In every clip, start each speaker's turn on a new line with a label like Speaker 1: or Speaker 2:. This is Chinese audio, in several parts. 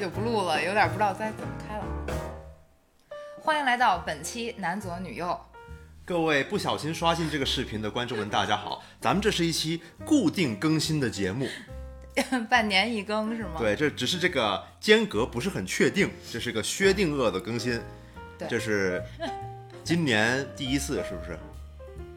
Speaker 1: 久不录了，有点不知道该怎么开了。欢迎来到本期男左女右，
Speaker 2: 各位不小心刷新这个视频的观众们，大家好，咱们这是一期固定更新的节目，
Speaker 1: 半年一更是吗？
Speaker 2: 对，这只是这个间隔不是很确定，这是个薛定谔的更新，
Speaker 1: 对
Speaker 2: 这是今年第一次，是不是？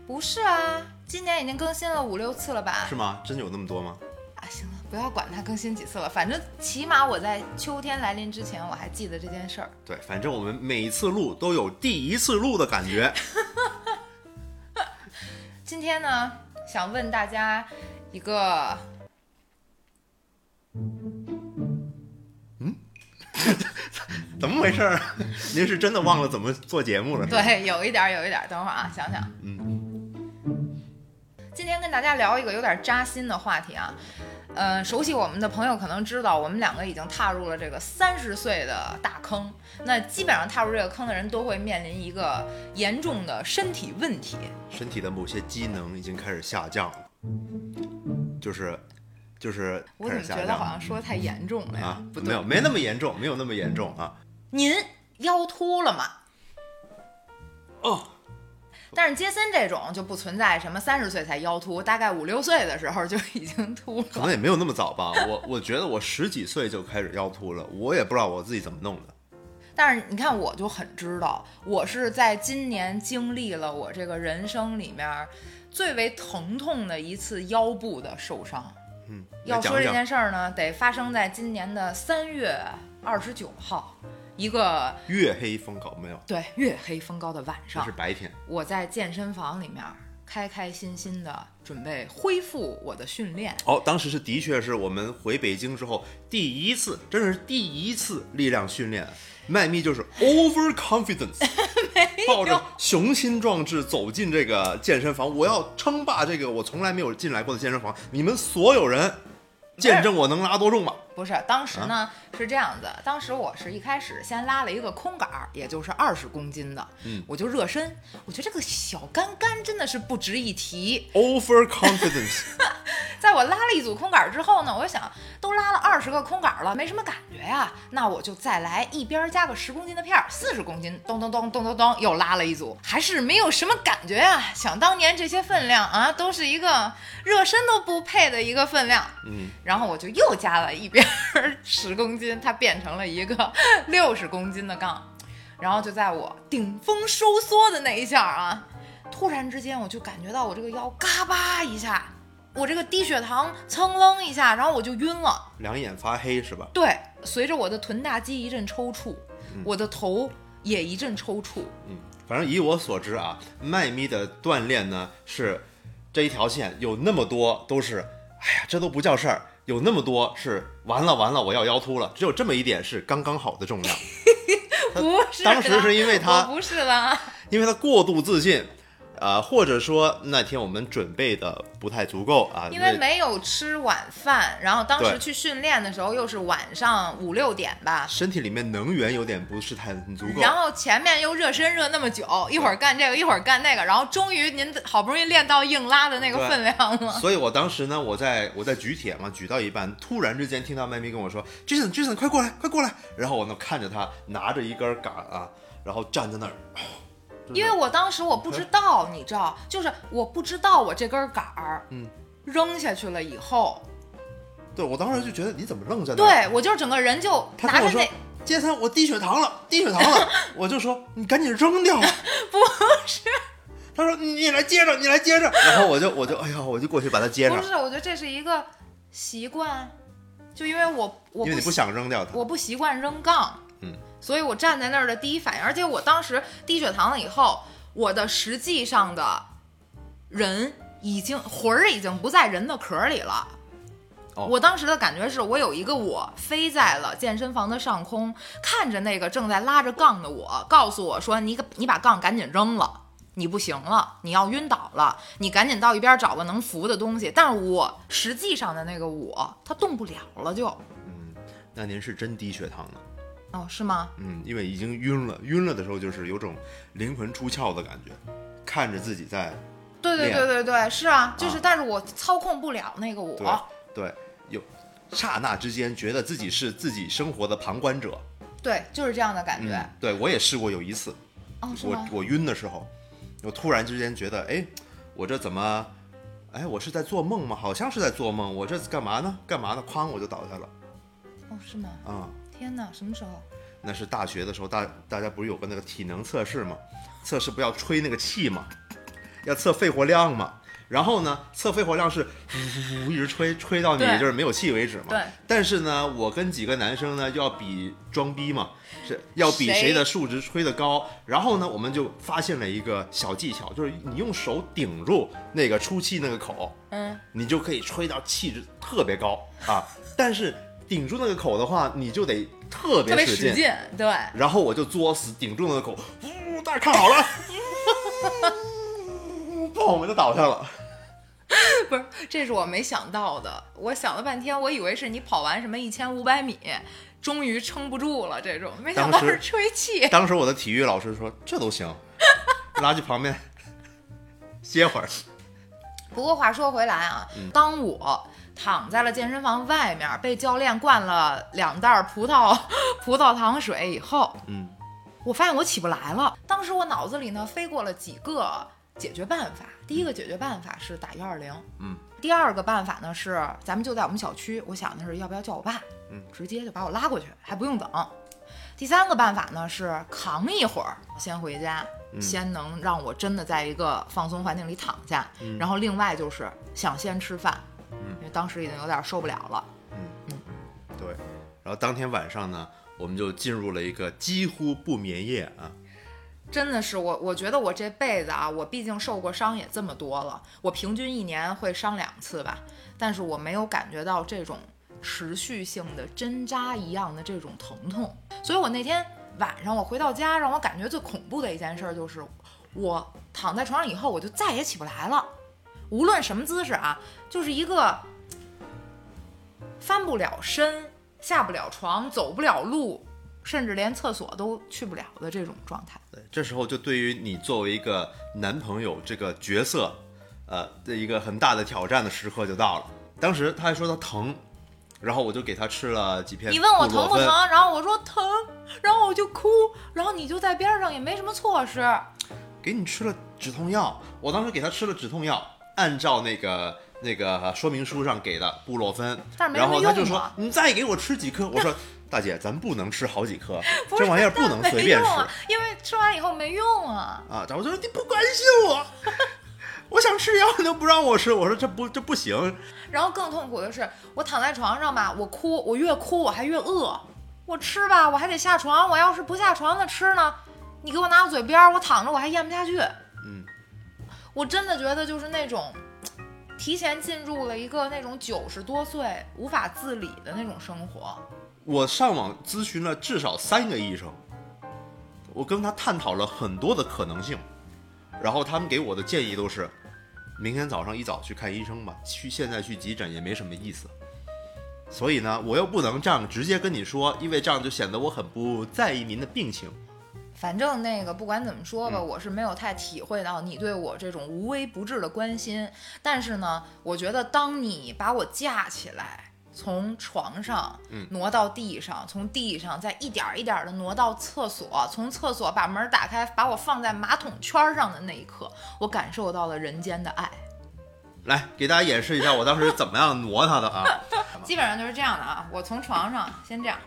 Speaker 1: 不是啊，今年已经更新了五六次了吧？
Speaker 2: 是吗？真有那么多吗？
Speaker 1: 啊，行了，不要管它更新几次了，反正起码我在秋天来临之前，我还记得这件事儿。
Speaker 2: 对，反正我们每一次录都有第一次录的感觉，
Speaker 1: 今天呢，想问大家一个，
Speaker 2: 怎么回事儿？您是真的忘了怎么做节目了？是吧，
Speaker 1: 对，有一点儿，有一点儿，等会儿啊，想想。
Speaker 2: 嗯，
Speaker 1: 今天跟大家聊一个有点扎心的话题啊。呃，熟悉我们的朋友可能知道，我们两个已经踏入了这个三十岁的大坑。那基本上踏入这个坑的人都会面临一个严重的身体问题。
Speaker 2: 身体的某些机能已经开始下降了，就是就是
Speaker 1: 我
Speaker 2: 开
Speaker 1: 怎
Speaker 2: 始
Speaker 1: 么
Speaker 2: 下
Speaker 1: 觉
Speaker 2: 降
Speaker 1: 得好像说得太严重哎了呀？
Speaker 2: 啊，
Speaker 1: 不
Speaker 2: 没
Speaker 1: 对
Speaker 2: 有，没那么严重，没有那么严重啊。
Speaker 1: 您腰突了吗？
Speaker 2: 哦，
Speaker 1: 但是杰森这种就不存在什么三十岁才腰突，大概五六岁的时候就已经秃
Speaker 2: 可
Speaker 1: 了。
Speaker 2: 能也没有那么早吧。我我觉得我十几岁就开始腰突了，我也不知道我自己怎么弄的。
Speaker 1: 但是你看，我就很知道，我是在今年经历了我这个人生里面最为疼痛的一次腰部的受伤。
Speaker 2: 嗯，
Speaker 1: 要
Speaker 2: 讲
Speaker 1: 说这
Speaker 2: 讲
Speaker 1: 件事儿呢，得发生在今年的三月二十九号，一个
Speaker 2: 月黑风高没有，
Speaker 1: 对月黑风高的晚
Speaker 2: 这
Speaker 1: 上
Speaker 2: 是，白天。
Speaker 1: 我在健身房里面开开心心的准备恢复我的训练。
Speaker 2: 哦，当时是的确是我们回北京之后第一次，真的是第一次力量训练。麦咪就是 overconfidence，抱着雄心壮志走进这个健身房，我要称霸这个我从来没有进来过的健身房。你们所有人见
Speaker 1: 哎
Speaker 2: 证我能拉多重吧？
Speaker 1: 不是，当时呢、是这样子，当时我是一开始先拉了一个空杆儿，也就是二十公斤的，
Speaker 2: 嗯，
Speaker 1: 我就热身，我觉得这个小杆杆真的是不值一提。
Speaker 2: overconfidence，
Speaker 1: 在我拉了一组空杆儿之后呢，我就想，都拉了二十个空杆儿了，没什么感觉呀、那我就再来一边儿加个十公斤的片儿，四十公斤，咚咚咚咚咚咚，又拉了一组，还是没有什么感觉呀、想当年这些分量啊，都是一个热身都不配的一个分量。
Speaker 2: 嗯，
Speaker 1: 然后我就又加了一边 十公斤，它变成了一个六十公斤的杠。然后就在我顶峰收缩的那一下啊，突然之间我就感觉到我这个腰嘎巴一下，我这个低血糖蹭楞一下，然后我就晕了。
Speaker 2: 两眼发黑是吧？
Speaker 1: 对，随着我的臀大肌一阵抽搐，我的头也一阵抽搐。
Speaker 2: 嗯，反正以我所知啊，麦咪的锻炼呢是这一条线有那么多都是，哎呀，这都不叫事儿，有那么多是完了完了，我要腰突了，只有这么一点是刚刚好的重 量，
Speaker 1: 不是的，
Speaker 2: 当时是因为他
Speaker 1: 我不是啦，
Speaker 2: 因为他过度自信。啊、或者说那天我们准备的不太足够啊，
Speaker 1: 因为
Speaker 2: 那
Speaker 1: 没有吃晚饭，然后当时
Speaker 2: 对
Speaker 1: 去训练的时候又是晚上五六点吧，
Speaker 2: 身体里面能源有点不是太很足够，
Speaker 1: 然后前面又热身热那么久，一会儿干这个，一会儿干那个，然后终于您好不容易练到硬拉的那个
Speaker 2: 对
Speaker 1: 分量了。
Speaker 2: 所以我当时呢，我在我在举铁嘛，举到一半，突然之间听到麦咪跟我说：“Jason Jason，快过来，快过来！”然后我呢看着他拿着一根杆啊，然后站在那儿，哦真的
Speaker 1: 因为我当时我不知道，你知道，就是我不知道我这根杆儿，
Speaker 2: 嗯，
Speaker 1: 扔下去了以后，
Speaker 2: 对我当时就觉得你怎么愣在那儿？
Speaker 1: 对我就是整个人就
Speaker 2: 他
Speaker 1: 拿
Speaker 2: 跟我
Speaker 1: 着
Speaker 2: 说
Speaker 1: 那，
Speaker 2: ：“Jason，我低血糖了，低血糖了。”我就说：“你赶紧扔掉。”不是。 他说：“你你来接着，你来接着。”然后我就我就哎呀，我就过去把它接上
Speaker 1: 不，是，我觉得这是一个习惯，就因为我我
Speaker 2: 因为你
Speaker 1: 不
Speaker 2: 不想扔掉它。
Speaker 1: 我不习惯扔杠，
Speaker 2: 嗯，
Speaker 1: 所以我站在那儿的第一反应，而且我当时低血糖了以后，我的实际上的人已经魂儿已经不在人的壳里了。
Speaker 2: 哦
Speaker 1: 我当时的感觉是我有一个我飞在了健身房的上空，看着那个正在拉着杠的我，告诉我说：“你你把杠赶紧扔了，你不行了，你要晕倒了，你赶紧到一边找个能扶的东西。”但是我实际上的那个我，他动不了了就，
Speaker 2: 嗯，那您是真低血糖了。
Speaker 1: 哦，是吗？
Speaker 2: 嗯，因为已经晕了，晕了的时候就是有种灵魂出窍的感觉，看着自己在
Speaker 1: 对对
Speaker 2: 练
Speaker 1: 对对对，是啊，就是，
Speaker 2: 啊
Speaker 1: 但是我操控不了那个我，
Speaker 2: 对对有刹那之间觉得自己是自己生活的旁观者。
Speaker 1: 对，就是这样的感觉。
Speaker 2: 嗯，对我也试过有一次，
Speaker 1: 哦，是
Speaker 2: 嗯我
Speaker 1: 吗？
Speaker 2: 我晕的时候，我突然之间觉得，哎，我这怎么，哎，我是在做梦吗？好像是在做梦，我这干嘛呢？干嘛呢？哐，我就倒下了。
Speaker 1: 哦，是吗？
Speaker 2: 啊、
Speaker 1: 天哪，什么时候？
Speaker 2: 那是大学的时候，大大家不是有个那个体能测试吗？测试不要吹那个气吗？要测肺活量嘛。然后呢，测肺活量是呜呜呜一直吹，吹到你
Speaker 1: 对
Speaker 2: 就是没有气为止嘛。
Speaker 1: 对
Speaker 2: 但是呢，我跟几个男生呢就要比装逼嘛，是要比
Speaker 1: 谁
Speaker 2: 谁的数值吹得高。然后呢，我们就发现了一个小技巧，就是你用手顶住那个出气那个口，
Speaker 1: 嗯，
Speaker 2: 你就可以吹到气质特别高啊。但是顶住那个口的话，你就得特
Speaker 1: 特别
Speaker 2: 别使
Speaker 1: 使
Speaker 2: 劲。
Speaker 1: 劲，对，
Speaker 2: 然后我就作死，顶住那个口，呜，大家看好 了，砰，我就倒下了。
Speaker 1: 不是，这是我没想到的。我想了半天，我以为是你跑完什么一千五百米，终于撑不住了这种，没想到
Speaker 2: 当
Speaker 1: 是
Speaker 2: 时
Speaker 1: 吹气。
Speaker 2: 当时我的体育老师说这都行，拉去旁边 歇会儿。
Speaker 1: 不过话说回来啊，
Speaker 2: 嗯
Speaker 1: 当我躺在了健身房外面，被教练灌了两袋葡萄 葡萄糖水以后，
Speaker 2: 嗯，
Speaker 1: 我发现我起不来了。当时我脑子里呢飞过了几个解决办法，第一个解决办法是打幺二零，
Speaker 2: 嗯，
Speaker 1: 第二个办法呢是咱们就在我们小区，我想的是要不要叫我爸，
Speaker 2: 嗯，
Speaker 1: 直接就把我拉过去，还不用等。第三个办法呢是扛一会儿，先回家，
Speaker 2: 嗯
Speaker 1: 先能让我真的在一个放松环境里躺下。
Speaker 2: 嗯
Speaker 1: 然后另外就是想先吃饭，因为当时已经有点受不了了。
Speaker 2: 对，然后当天晚上呢，我们就进入了一个几乎不眠夜啊。
Speaker 1: 真的是我，我觉得我这辈子啊，我毕竟受过伤也这么多了，我平均一年会伤两次吧，但是我没有感觉到这种持续性的针扎一样的这种疼痛，所以我那天晚上我回到家，让我感觉最恐怖的一件事就是，我躺在床上以后，我就再也起不来了，无论什么姿势啊，就是一个翻不了身、下不了床、走不了路，甚至连厕所都去不了的这种状态。
Speaker 2: 对，这时候就对于你作为一个男朋友这个角色，呃，的一个很大的挑战的时刻就到了。当时他还说他疼，然后我就给他吃了几片
Speaker 1: 你问我
Speaker 2: 布洛
Speaker 1: 疼不
Speaker 2: 芬
Speaker 1: 疼，然后我说疼，然后我就哭，然后你就在边上也没什么措施，
Speaker 2: 给你吃了止痛药，我当时给他吃了止痛药，按照那个那个说明书上给的布洛芬，
Speaker 1: 但是没什
Speaker 2: 然
Speaker 1: 么
Speaker 2: 后他就说
Speaker 1: 用啊
Speaker 2: 你再给我吃 几颗，我说大姐咱不能吃好几颗，
Speaker 1: 不是
Speaker 2: 这玩意儿不能
Speaker 1: 但
Speaker 2: 随
Speaker 1: 没
Speaker 2: 便
Speaker 1: 用
Speaker 2: 吃
Speaker 1: 啊，因为吃完以后没用啊。
Speaker 2: 啊。然后就说你不关心我， 我想吃药你都不让我吃，我说这不这不行，
Speaker 1: 然后更痛苦的是，我躺在床上吧，我哭，我越哭我还越饿，我吃吧我还得下床，我要是不下床再吃呢，你给我拿到嘴边儿，我躺着我还咽不下去。
Speaker 2: 嗯，
Speaker 1: 我真的觉得就是那种。提前进入了一个那种九十多岁无法自理的那种生活，
Speaker 2: 我上网咨询了至少三个医生，我跟他探讨了很多的可能性，然后他们给我的建议都是，明天早上一早去看医生吧，去现在去急诊也没什么意思。所以呢，我又不能这样直接跟你说，因为这样就显得我很不在意您的病情。
Speaker 1: 反正那个不管怎么说
Speaker 2: 嗯
Speaker 1: 吧，我是没有太体会到你对我这种无微不至的关心。但是呢，我觉得当你把我架起来，从床上
Speaker 2: 嗯
Speaker 1: 挪到地上，从地上再一点儿一点儿的挪到厕所，从厕所把门打开，把我放在马桶圈儿上的那一刻，我感受到了人间的爱。
Speaker 2: 来，给大家演示一下我当时怎么样挪他的啊。
Speaker 1: 基本上就是这样的啊，我从床上先这样，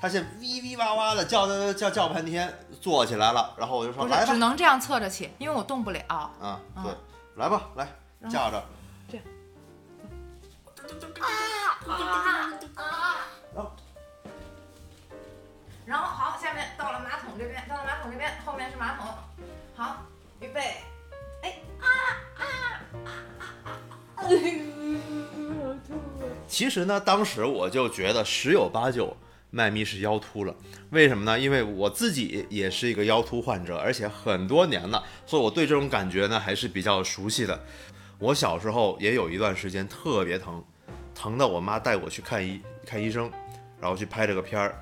Speaker 2: 他先呜呜哇哇的叫叫叫叫半天，坐起来了，然后 我就说
Speaker 1: 不是
Speaker 2: 来吧
Speaker 1: 只，能这样侧着起，因为我动不了。
Speaker 2: 啊，对，来吧，来架着，
Speaker 1: 这样
Speaker 2: 然后
Speaker 1: 然后好，下面到了马桶这边，到了马桶这边，后面是马桶。好，预备，哎啊啊啊啊！啊
Speaker 2: 其实呢，当时我就觉得十有八九麦咪是腰突了，为什么呢？因为我自己也是一个腰突患者，而且很多年了，所以我对这种感觉呢还是比较熟悉的。我小时候也有一段时间特别疼，疼到我妈带我去看医看医生，然后去拍这个片儿。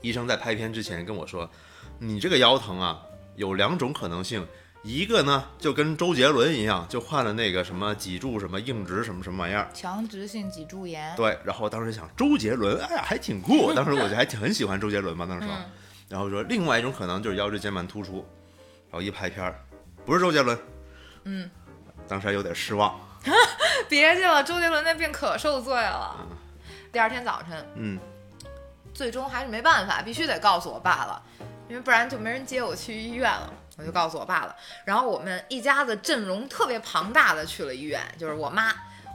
Speaker 2: 医生在拍片之前跟我说：“你这个腰疼啊，有两种可能性，一个呢就跟周杰伦一样，就患了那个什么脊柱什么硬直什么什么玩意儿。
Speaker 1: 强直性脊柱炎，
Speaker 2: 对，然后当时想周杰伦，哎呀还挺酷，当时我就还挺很喜欢周杰伦嘛，那时候。
Speaker 1: 嗯
Speaker 2: 然后说另外一种可能就是腰椎间盘突出，然后一拍片儿，不是周杰伦，
Speaker 1: 嗯，
Speaker 2: 当时还有点失望，
Speaker 1: 别去了，周杰伦那病可受罪了。第二天早晨，
Speaker 2: 嗯，
Speaker 1: 最终还是没办法，必须得告诉我爸了，因为不然就没人接我去医院了。我就告诉我爸了，然后我们一家子阵容特别庞大的去了医院，就是我妈、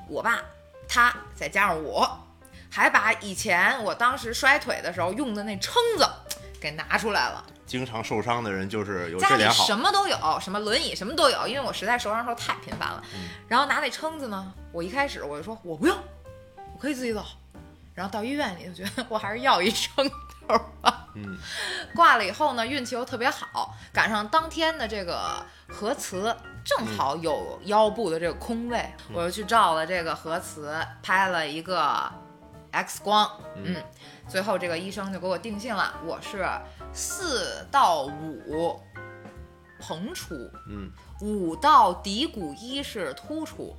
Speaker 1: 我爸、他，再加上我，还把以前我当时摔腿的时候用的那撑子给拿出来了。
Speaker 2: 经常受伤的人就是有
Speaker 1: 家
Speaker 2: 这
Speaker 1: 里
Speaker 2: 点好
Speaker 1: 什，么都有，什么轮椅什么都有，因为我实在受伤的时候太频繁了。
Speaker 2: 嗯
Speaker 1: 然后拿那撑子呢，我一开始我就说我不用，我可以自己走。然后到医院里就觉得我还是要一撑头吧。
Speaker 2: 嗯，
Speaker 1: 挂了以后呢，运气又特别好，赶上当天的这个核磁正好有腰部的这个空位，
Speaker 2: 嗯
Speaker 1: 我就去照了这个核磁，拍了一个 X 光，嗯。最后这个医生就给我定性了，我是四到五膨出，
Speaker 2: 嗯。
Speaker 1: 五到骶骨一是突出，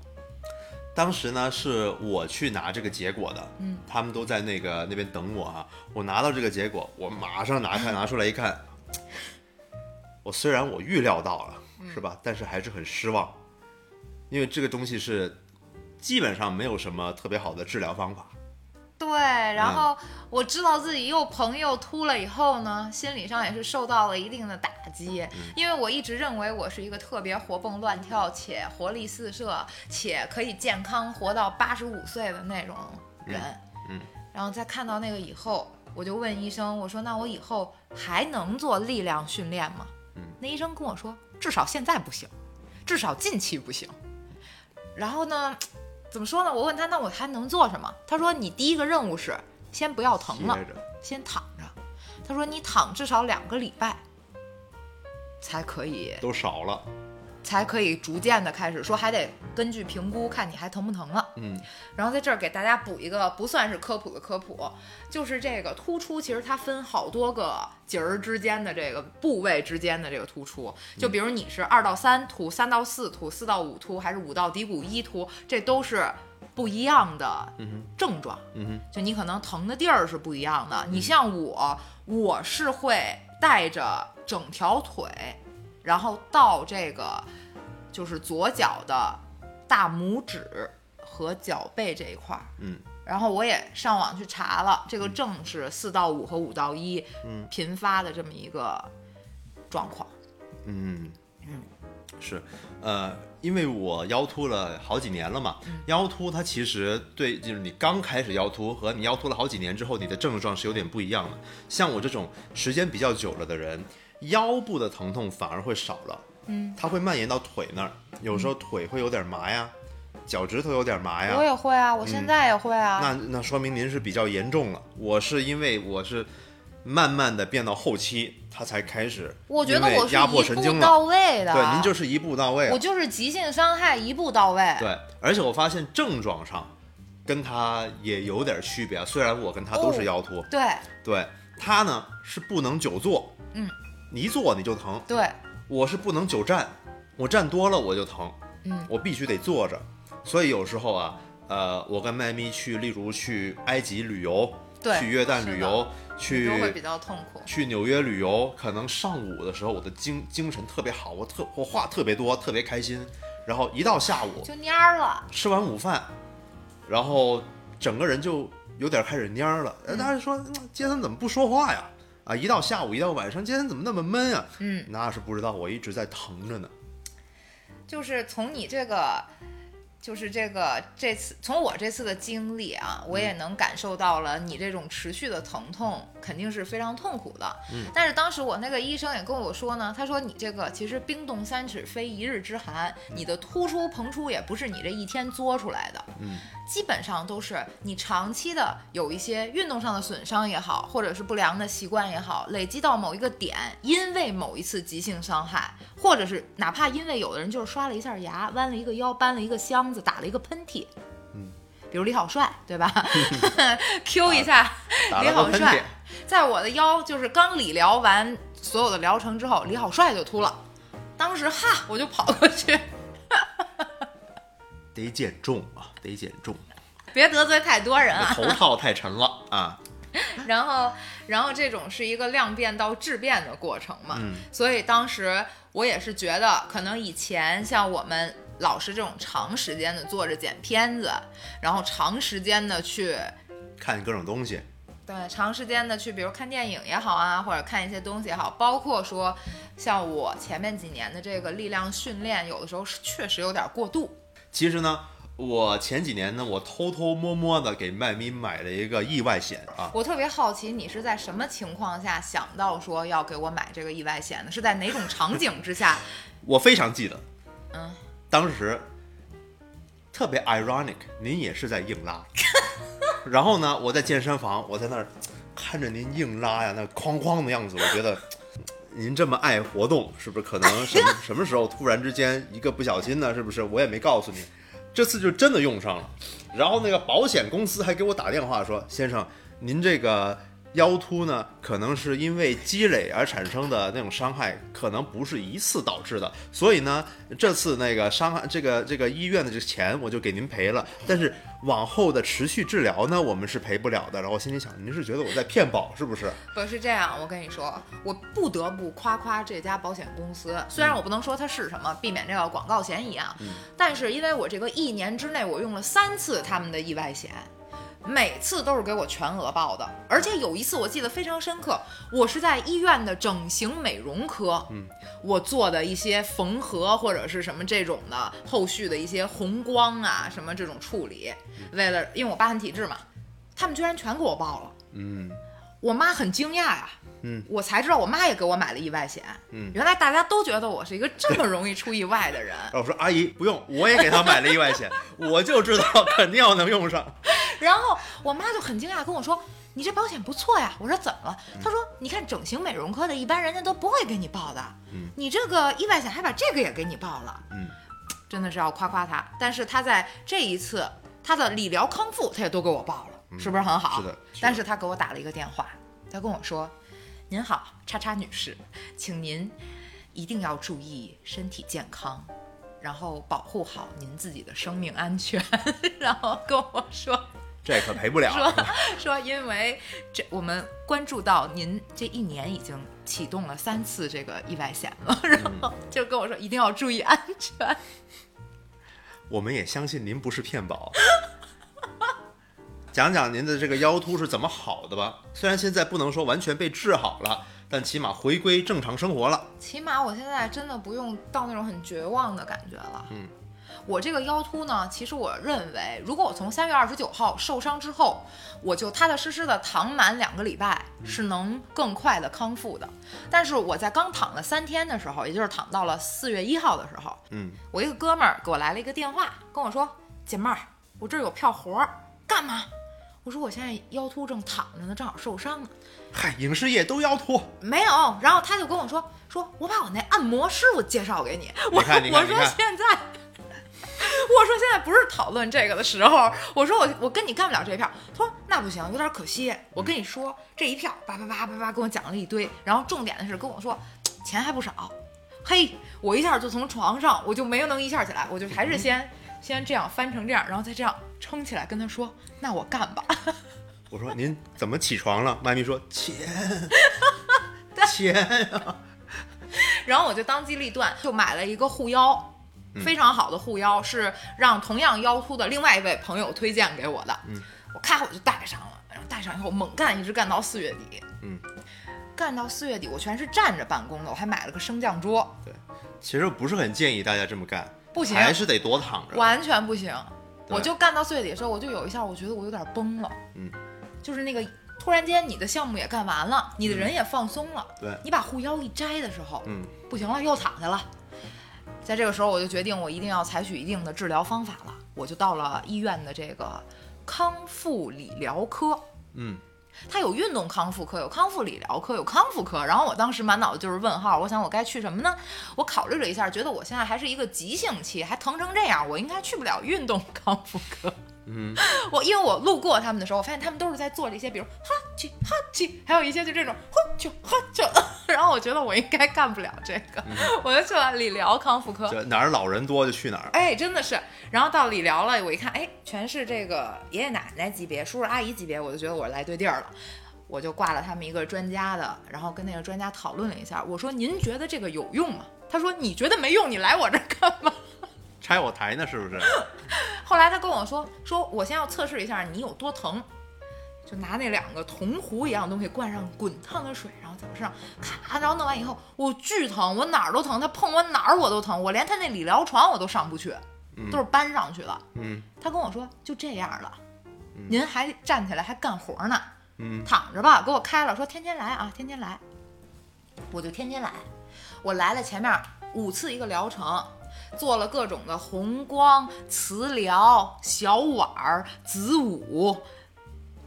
Speaker 2: 当时呢是我去拿这个结果的，嗯，他们都在那个那边等我啊。我拿到这个结果，我马上拿开拿出来一看，我虽然我预料到了，
Speaker 1: 嗯
Speaker 2: 是吧？但是还是很失望，因为这个东西是基本上没有什么特别好的治疗方法。
Speaker 1: 对，然
Speaker 2: 嗯
Speaker 1: 后我知道自己又朋友秃了以后呢，心理上也是受到了一定的打击，
Speaker 2: 嗯
Speaker 1: 因为我一直认为我是一个特别活蹦乱跳且活力四射且可以健康活到八十五岁的那种人。
Speaker 2: 嗯嗯
Speaker 1: 然后在看到那个以后，我就问医生，我说那我以后还能做力量训练吗？
Speaker 2: 嗯
Speaker 1: 那医生跟我说，至少现在不行，至少近期不行。然后呢，怎么说呢？我问他，那我还能做什么？他说，你第一个任务是先不要疼
Speaker 2: 接
Speaker 1: 了，
Speaker 2: 着，
Speaker 1: 先躺着。他说，你躺至少两个礼拜，才可以，
Speaker 2: 都少了，
Speaker 1: 才可以逐渐的开始说，还得根据评估看你还疼不疼了。
Speaker 2: 嗯，
Speaker 1: 然后在这儿给大家补一个不算是科普的科普，就是这个突出，其实它分好多个节儿之间的这个部位之间的这个突出。就比如你是二到三突、三到四突、四到五突，还是五到骶骨一突，这都是不一样的症状。
Speaker 2: 嗯哼，
Speaker 1: 就你可能疼的地儿是不一样的。
Speaker 2: 嗯
Speaker 1: 你像我，我是会带着整条腿，然后到这个就是左脚的大拇指和脚背这一块儿。
Speaker 2: 嗯，
Speaker 1: 然后我也上网去查了，这个正是四到五和五到一，
Speaker 2: 嗯，
Speaker 1: 频发的这么一个状况。
Speaker 2: 嗯，是，呃，因为我腰突了好几年了嘛，
Speaker 1: 嗯
Speaker 2: 腰突它其实对，就是你刚开始腰突和你腰突了好几年之后，你的症状是有点不一样的。像我这种时间比较久了的人，腰部的疼痛反而会少了，嗯，它会蔓延到腿那儿，有时候腿会有点麻呀，脚趾头有点麻哎呀，嗯
Speaker 1: 我也会啊，我现在也会啊。
Speaker 2: 那那说明您是比较严重了。我是因为我是慢慢的变到后期，它才开始，
Speaker 1: 我觉得我是
Speaker 2: 压迫神
Speaker 1: 一
Speaker 2: 经
Speaker 1: 步
Speaker 2: 了。
Speaker 1: 到位的，
Speaker 2: 对，您就是一步到位了
Speaker 1: 我。就是急性伤害一步到位。
Speaker 2: 对，而且我发现症状上跟他也有点区别，虽然我跟他
Speaker 1: 哦
Speaker 2: 都是腰突，
Speaker 1: 对
Speaker 2: 对他呢是不能久坐，
Speaker 1: 嗯，
Speaker 2: 你一坐你就疼，
Speaker 1: 对，
Speaker 2: 我是不能久站，我站多了我就疼，
Speaker 1: 嗯，
Speaker 2: 我必须得坐着，所以有时候啊，呃，我跟麦咪去，例如去埃及旅游，
Speaker 1: 对
Speaker 2: 去约旦
Speaker 1: 是
Speaker 2: 旅
Speaker 1: 的
Speaker 2: 游，
Speaker 1: 就会比
Speaker 2: 去
Speaker 1: 较痛苦。
Speaker 2: 去纽约旅游，可能上午的时候我的精精神特别好，我特我话特别多，特别开心，然后一到下午
Speaker 1: 就蔫儿了，
Speaker 2: 吃完午饭，然后整个人就有点开始蔫儿了。呃大家说嗯杰森怎么不说话呀？啊，一到下午，一到晚上，杰森怎么那么闷啊？
Speaker 1: 嗯，
Speaker 2: 那是不知道，我一直在疼着呢。
Speaker 1: 就是从你这个，就是这个这次从我这次的经历啊，我也能感受到了你这种持续的疼痛肯定是非常痛苦的。嗯，但是当时我那个医生也跟我说呢，他说你这个其实冰冻三尺非一日之寒，你的突出膨出也不是你这一天作出来的，
Speaker 2: 嗯，
Speaker 1: 基本上都是你长期的有一些运动上的损伤也好，或者是不良的习惯也好，累积到某一个点，因为某一次急性伤害，或者是哪怕因为有的人就是刷了一下牙、弯了一个腰、搬了一个箱子、打了一个喷嚏，
Speaker 2: 嗯，
Speaker 1: 比如李好帅对 吧 ？Q 一下
Speaker 2: 打
Speaker 1: 李
Speaker 2: 了
Speaker 1: 好
Speaker 2: 个喷嚏
Speaker 1: 帅，，在我的腰就是刚理疗完所有的疗程之后，李好帅就秃了。当时哈我就跑过去，
Speaker 2: 得减重啊，得减重，
Speaker 1: 别得罪太多人
Speaker 2: 这
Speaker 1: 啊。
Speaker 2: 头套太沉了啊。
Speaker 1: 然后，然后这种是一个量变到质变的过程嘛，
Speaker 2: 嗯
Speaker 1: 所以当时我也是觉得，可能以前像我们老师这种长时间的坐着剪片子，然后长时间的去。
Speaker 2: 看各种东西，
Speaker 1: 对，长时间的去，比如看电影也好啊，或者看一些东西也好，包括说，像我前面几年的这个力量训练，有的时候是确实有点过度。
Speaker 2: 其实呢，我前几年呢，我偷偷摸摸的给麦咪买了一个意外险啊，
Speaker 1: 我特别好奇，你是在什么情况下想到说要给我买这个意外险的？是在哪种场景之下？
Speaker 2: 我非常记得，
Speaker 1: 嗯，
Speaker 2: 当时特别 ironic，您也是在硬拉，然后呢，我在健身房，我在那儿看着您硬拉呀，那哐哐的样子，我觉得。您这么爱活动，是不是可能什么什么时候突然之间一个不小心呢？是不是？我也没告诉你，这次就真的用上了。然后那个保险公司还给我打电话说：“先生，您这个腰突呢，可能是因为积累而产生的那种伤害，可能不是一次导致的。所以呢，这次那个伤害这个这个医院的这个钱我就给您赔了，但是往后的持续治疗呢，我们是赔不了的。”然后我心里想，您是觉得我在骗保是不是？
Speaker 1: 不是这样，我跟你说，我不得不夸夸这家保险公司。虽然我不能说它是什么，避免这个广告嫌疑啊，但是因为我这个一年之内，我用了三次他们的意外险，每次都是给我全额报的。而且有一次我记得非常深刻，我是在医院的整形美容科，嗯，我做的一些缝合或者是什么这种的后续的一些红光啊什么这种处理，为了因为我疤痕体质嘛，他们居然全给我报了。
Speaker 2: 嗯，
Speaker 1: 我妈很惊讶呀、
Speaker 2: 嗯，
Speaker 1: 我才知道我妈也给我买了意外险，
Speaker 2: 嗯
Speaker 1: 原来大家都觉得我是一个这么容易出意外 的人，
Speaker 2: 然后我说阿姨不用，我也给他买了意外险，我就知道肯定要能用上。
Speaker 1: 然后我妈就很惊讶跟我说。你这保险不错呀！我说怎么了？
Speaker 2: 嗯
Speaker 1: 她说：“你看整形美容科的，一般人家都不会给你报的，
Speaker 2: 嗯
Speaker 1: 你这个意外险还把这个也给你报了，
Speaker 2: 嗯，
Speaker 1: 真的是要夸夸她。但是她在这一次，她的理疗康复她也都给我报了，是不是很好？
Speaker 2: 嗯是的是的
Speaker 1: 但是她给我打了一个电话，她跟我说：“您好，叉叉女士，请您一定要注意身体健康，然后保护好您自己的生命安全。” 然后跟我说
Speaker 2: 这可赔不了。啊
Speaker 1: 说说，因为这我们关注到您这一年已经启动了三次这个意外险了，
Speaker 2: 嗯
Speaker 1: 然后就跟我说一定要注意安全。
Speaker 2: 我们也相信您不是骗保。 讲讲您的这个腰突是怎么好的吧？虽然现在不能说完全被治好了，但起码回归正常生活了。
Speaker 1: 起码我现在真的不用到那种很绝望的感觉了。
Speaker 2: 嗯，
Speaker 1: 我这个腰突呢，其实我认为，如果我从三月二十九号受伤之后，我就踏踏实实的躺满两个礼拜，是能更快的康复的。但是我在刚躺了三天的时候，也就是躺到了四月一号的时候，
Speaker 2: 嗯，
Speaker 1: 我一个哥们儿给我来了一个电话，跟我说：“姐妹儿，我这儿有票活儿，干嘛？”我说：“我现在腰突正躺着呢，正好受伤呢。”
Speaker 2: 嗨，影视业都腰突，
Speaker 1: 没有，然后他就跟我说，说我把我那按摩师傅介绍给你。我
Speaker 2: 你看你看
Speaker 1: 我说
Speaker 2: 你看
Speaker 1: 现在，我说现在不是讨论这个的时候。我说我我跟你干不了这一票。他说那不行，有点可惜。我跟你说这一票，叭叭叭叭叭跟我讲了一堆，然后重点的是跟我说钱还不少。嘿，我一下就从床上，我就没有能一下起来，我就还是先、先这样翻成这样，然后再这样撑起来，跟他说那我干吧。
Speaker 2: 我说您怎么起床了？妈咪说钱，钱呀、
Speaker 1: 然后我就当机立断，就买了一个护腰，
Speaker 2: 嗯
Speaker 1: 非常好的护腰，是让同样腰突的另外一位朋友推荐给我的。
Speaker 2: 嗯，
Speaker 1: 我咔我就戴上了，然后戴上以后猛干，一直干到四月底。
Speaker 2: 嗯，
Speaker 1: 干到四月底，我全是站着办公的，我还买了个升降桌，
Speaker 2: 其实不是很建议大家这么干，
Speaker 1: 不行
Speaker 2: 还是得多躺着。
Speaker 1: 完全不行。
Speaker 2: 对
Speaker 1: 我就干到四月底的时候，我就有一下，我觉得我有点崩了。
Speaker 2: 嗯，
Speaker 1: 就是那个突然间你的项目也干完了，你的
Speaker 2: 嗯
Speaker 1: 人也放松了，
Speaker 2: 对
Speaker 1: 你把护腰一摘的时候，
Speaker 2: 嗯，
Speaker 1: 不行了，又躺下了。在这个时候，我就决定我一定要采取一定的治疗方法了。我就到了医院的这个康复理疗科，
Speaker 2: 嗯，
Speaker 1: 它有运动康复科，有康复理疗科，有康复科。然后我当时满脑子就是问号，我想我该去什么呢？我考虑了一下，觉得我现在还是一个急性期，还疼成这样，我应该去不了运动康复科。
Speaker 2: 嗯，
Speaker 1: 我因为我路过他们的时候，我发现他们都是在做这些，比如哈去哈去，还有一些就这种呼去哈去， 然后我觉得我应该干不了这个， 我就去了理疗康复科。
Speaker 2: 就哪儿老人多就去哪儿。
Speaker 1: 哎，真的是。然后到理疗了，我一看，哎，全是这个爷爷奶奶级别、叔叔阿姨级别，我就觉得我来对地儿了。我就挂了他们一个专家的，然后跟那个专家讨论了一下。我说：“您觉得这个有用吗？”他说：“你觉得没用，你来我这儿干嘛
Speaker 2: 拆我台呢是不是？？”
Speaker 1: 后来他跟我说：“说我先要测试一下你有多疼。”就拿那两个铜壶一样的东西灌上滚烫的水，然后在我身上咔，然后弄完以后，我巨疼，我哪儿都疼，他碰我哪儿我都疼，我连他那理疗床我都上不去，都是搬上去的。
Speaker 2: 嗯
Speaker 1: 他跟我说就这样了，您还站起来还干活呢，
Speaker 2: 嗯，
Speaker 1: 躺着吧，给我开了，说天天来啊，天天来，我就天天来，我来了前面五次一个疗程。做了各种的红光、磁疗、小碗儿、子午，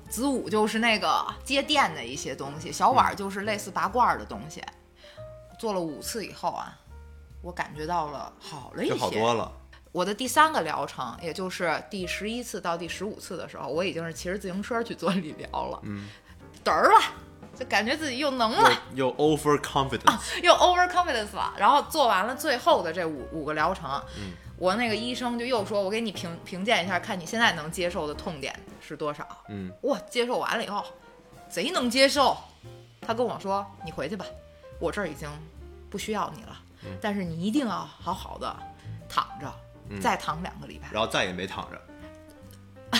Speaker 1: 子午就是那个接电的一些东西，小碗儿就是类似拔罐儿的东西。做了五次以后啊，我感觉到了好了一些，
Speaker 2: 就好多了。
Speaker 1: 我的第三个疗程，也就是第十一次到第十五次的时候，我已经是骑着自行车去做理疗了，
Speaker 2: 嗯，
Speaker 1: 嘚儿了，就感觉自己又能了，
Speaker 2: 又又 over confidence，
Speaker 1: 又 overconfidence 了。然后做完了最后的这五五个疗程，
Speaker 2: 嗯
Speaker 1: 我那个医生就又说，我给你评评鉴一下，看你现在能接受的痛点是多少。
Speaker 2: 嗯，
Speaker 1: 哇，接受完了以后，贼能接受。他跟我说：“你回去吧，我这儿已经不需要你了，但是你一定要好好的躺着，
Speaker 2: 嗯
Speaker 1: 再躺两个礼拜。”
Speaker 2: 然后再也没躺着。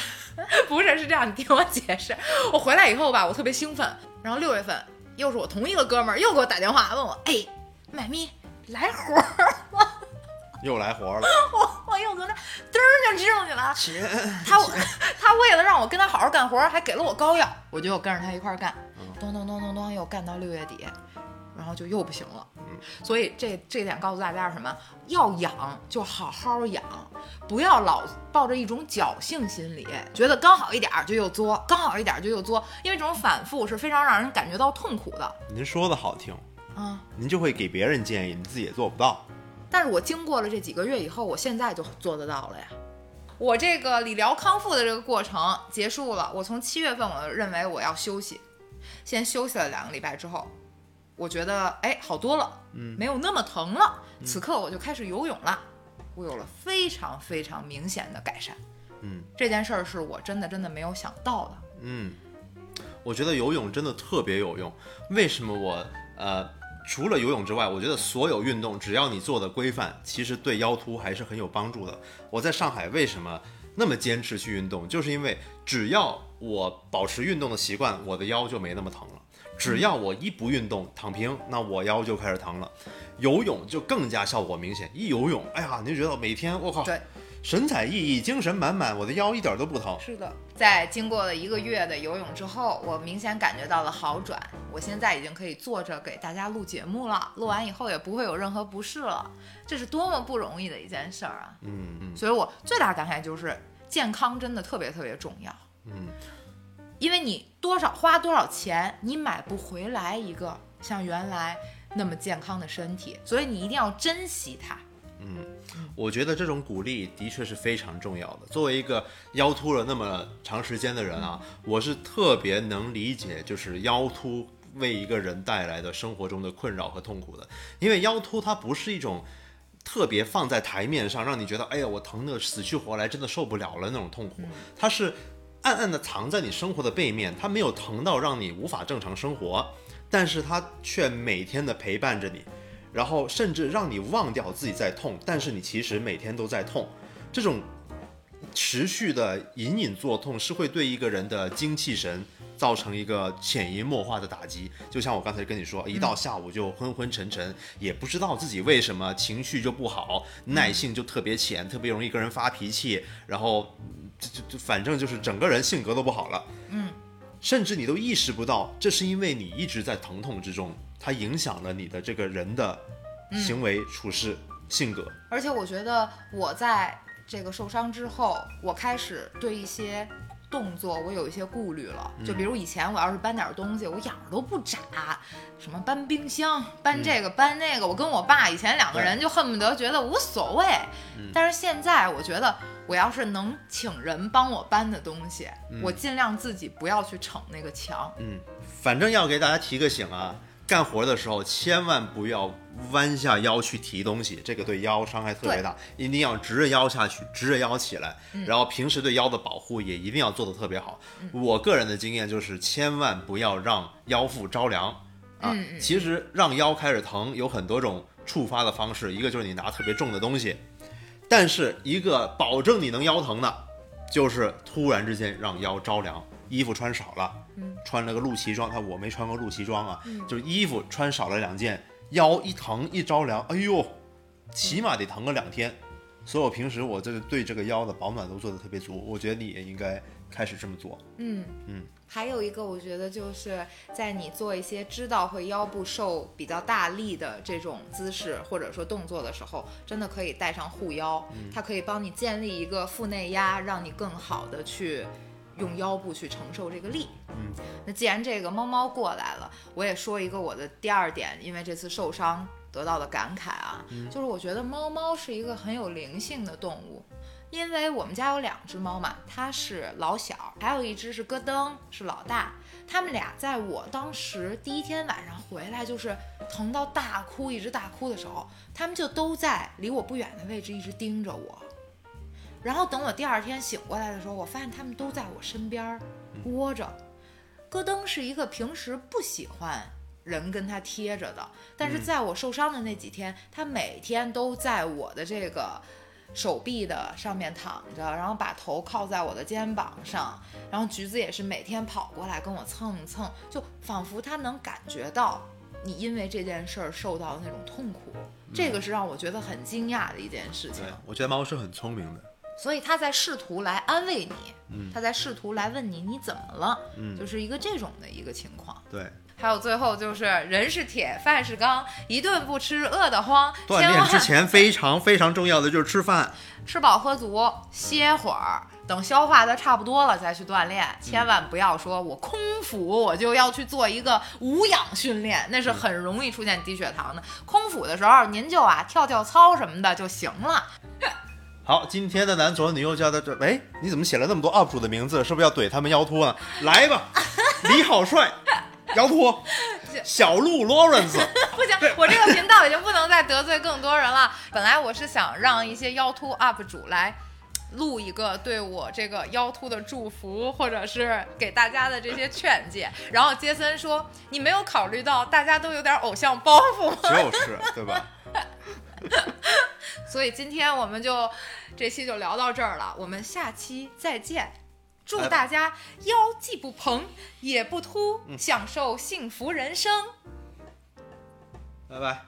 Speaker 1: 不是，是这样，你听我解释。我回来以后吧，我特别兴奋。然后六月份，又是我同一个哥们儿又给我打电话问我，哎，麦咪来活儿，
Speaker 2: 又来活了，
Speaker 1: 我我又从那嘚儿就支上去了。
Speaker 2: 钱
Speaker 1: 他他为了让我跟他好好干活儿，还给了我膏药，我就又跟着他一块儿干，咚咚咚咚咚，又干到六月底，然后就又不行了。所以这这点告诉大家是什么？要养就好好养，不要老抱着一种侥幸心理，觉得刚好一点儿就又作，刚好一点儿就又作，因为这种反复是非常让人感觉到痛苦的
Speaker 2: 您说的好听，
Speaker 1: 啊。
Speaker 2: 您就会给别人建议，你自己也做不到。
Speaker 1: 但是我经过了这几个月以后，我现在就做得到了呀。我这个理疗康复的这个过程结束了，我从七月份我就认为我要休息，先休息了两个礼拜之后，我觉得哎好多了，嗯，没有那么疼了。此刻我就开始游泳了，我有了非常非常明显的改善。
Speaker 2: 嗯
Speaker 1: 这件事儿是我真的真的没有想到的。
Speaker 2: 嗯，我觉得游泳真的特别有用。为什么我呃，除了游泳之外，我觉得所有运动只要你做的规范，其实对腰突还是很有帮助的。我在上海为什么那么坚持去运动，就是因为只要我保持运动的习惯，我的腰就没那么疼了。只要我一不运动，躺平，那我腰就开始疼了。游泳就更加效果明显，一游泳，哎呀，你就觉得每天我靠，
Speaker 1: 对，
Speaker 2: 神采奕奕，精神满满，我的腰一点都不疼。
Speaker 1: 是的，在经过了一个月的游泳之后，我明显感觉到了好转。我现在已经可以坐着给大家录节目了，录完以后也不会有任何不适了。这是多么不容易的一件事儿啊！
Speaker 2: 嗯嗯
Speaker 1: 所以我最大感慨就是，健康真的特别特别重要，
Speaker 2: 嗯。
Speaker 1: 因为你多少花多少钱，你买不回来一个像原来那么健康的身体，所以你一定要珍惜它。
Speaker 2: 我觉得这种鼓励的确是非常重要的。作为一个腰突了那么长时间的人啊，我是特别能理解，就是腰突为一个人带来的生活中的困扰和痛苦的，因为腰突它不是一种。特别放在台面上，让你觉得哎呀，我疼得死去活来，真的受不了了那种痛苦，它是暗暗地藏在你生活的背面，它没有疼到让你无法正常生活，但是它却每天的陪伴着你，然后甚至让你忘掉自己在痛，但是你其实每天都在痛，这种持续的隐隐作痛是会对一个人的精气神造成一个潜移默化的打击。就像我刚才跟你说，一到下午就昏昏沉沉，也不知道自己为什么情绪就不好，耐性就特别浅，特别容易跟人发脾气，然后就就就反正就是整个人性格都不好了。甚至你都意识不到，这是因为你一直在疼痛之中，它影响了你的这个人的行为、处事、性格。
Speaker 1: 而且我觉得我在这个受伤之后，我开始对一些动作我有一些顾虑了。就比如以前我要是搬点东西，我眼儿都不眨，什么搬冰箱、搬这个、搬那个，我跟我爸以前两个人就恨不得觉得无所谓。但是现在我觉得
Speaker 3: 我要是能请人帮我搬的东西，我尽量自己不要去逞那个强。
Speaker 2: 嗯，反正要给大家提个醒啊，干活的时候千万不要弯下腰去提东西，这个对腰伤害特别大，一定要直着腰下去，直着腰起来。然后平时对腰的保护也一定要做得特别好。我个人的经验就是，千万不要让腰腹着凉啊。其实让腰开始疼有很多种触发的方式，一个就是你拿特别重的东西，但是一个保证你能腰疼的，就是突然之间让腰着凉，衣服穿少了，穿了个露脐装，但我没穿过露脐装啊，就是衣服穿少了两件，腰一疼一着凉，哎呦，起码得疼个两天。所以我平时我这个对这个腰的保暖都做得特别足，我觉得你也应该开始这么做。
Speaker 3: 嗯，
Speaker 1: 还有一个，我觉得就是在你做一些知道会腰部受比较大力的这种姿势或者说动作的时候，真的可以带上护腰，它可以帮你建立一个腹内压，让你更好的去用腰部去承受这个力。
Speaker 2: 嗯，
Speaker 1: 那既然这个猫猫过来了，我也说一个我的第二点，因为这次受伤得到的感慨啊，就是我觉得猫猫是一个很有灵性的动物。因为我们家有两只猫嘛，它是老小，还有一只是咯噔，是老大。它们俩在我当时第一天晚上回来，就是疼到大哭，一直大哭的时候，它们就都在离我不远的位置一直盯着我。然后等我第二天醒过来的时候，我发现它们都在我身边儿窝着。咯噔是一个平时不喜欢人跟它贴着的，但是在我受伤的那几天，它每天都在我的这个手臂的上面躺着，然后把头靠在我的肩膀上，然后橘子也是每天跑过来跟我蹭一蹭，就仿佛它能感觉到你因为这件事儿受到的那种痛苦，这个是让我觉得很惊讶的一件事情
Speaker 2: 对。，我觉得猫是很聪明的。
Speaker 1: 所以他在试图来安慰你，
Speaker 3: 嗯
Speaker 1: 他在试图来问你你怎么了，就是一个这种的一个情况。
Speaker 2: 对，
Speaker 3: 还有最后就是人是铁，饭是钢，一顿不吃饿得慌，
Speaker 2: 锻
Speaker 3: 千
Speaker 2: 炼
Speaker 3: 万
Speaker 2: 之前非常非常重要的就是吃饭。
Speaker 3: 吃饱喝足，歇会儿，等消化的差不多了再去锻炼，
Speaker 2: 嗯
Speaker 3: 千万不要说我空腹我就要去做一个无氧训练，那是很容易出现低血糖的。空腹的时候，您就啊跳跳操什么的就行了。
Speaker 2: 好，今天的男左女右教到这，哎，你怎么写了那么多 UP 主的名字？是不是要怼他们腰托呢？来 吧，李好帅，腰托，小鹿 Lawrence，
Speaker 3: 不行，我这个频道已经不能再得罪更多人了。本来我是想让一些腰突 UP 主来。录一个对我这个腰突的祝福，或者是给大家的这些劝诫。然后杰森说：“你没有考虑到大家都有点偶像包袱吗？”
Speaker 2: 就是对吧？
Speaker 3: 所以今天我们就这期就聊到这儿了，我们下期再见。祝
Speaker 2: 拜拜
Speaker 3: 大家腰既不膨
Speaker 2: 嗯
Speaker 3: 也不凸，享受幸福人生。
Speaker 2: 拜拜。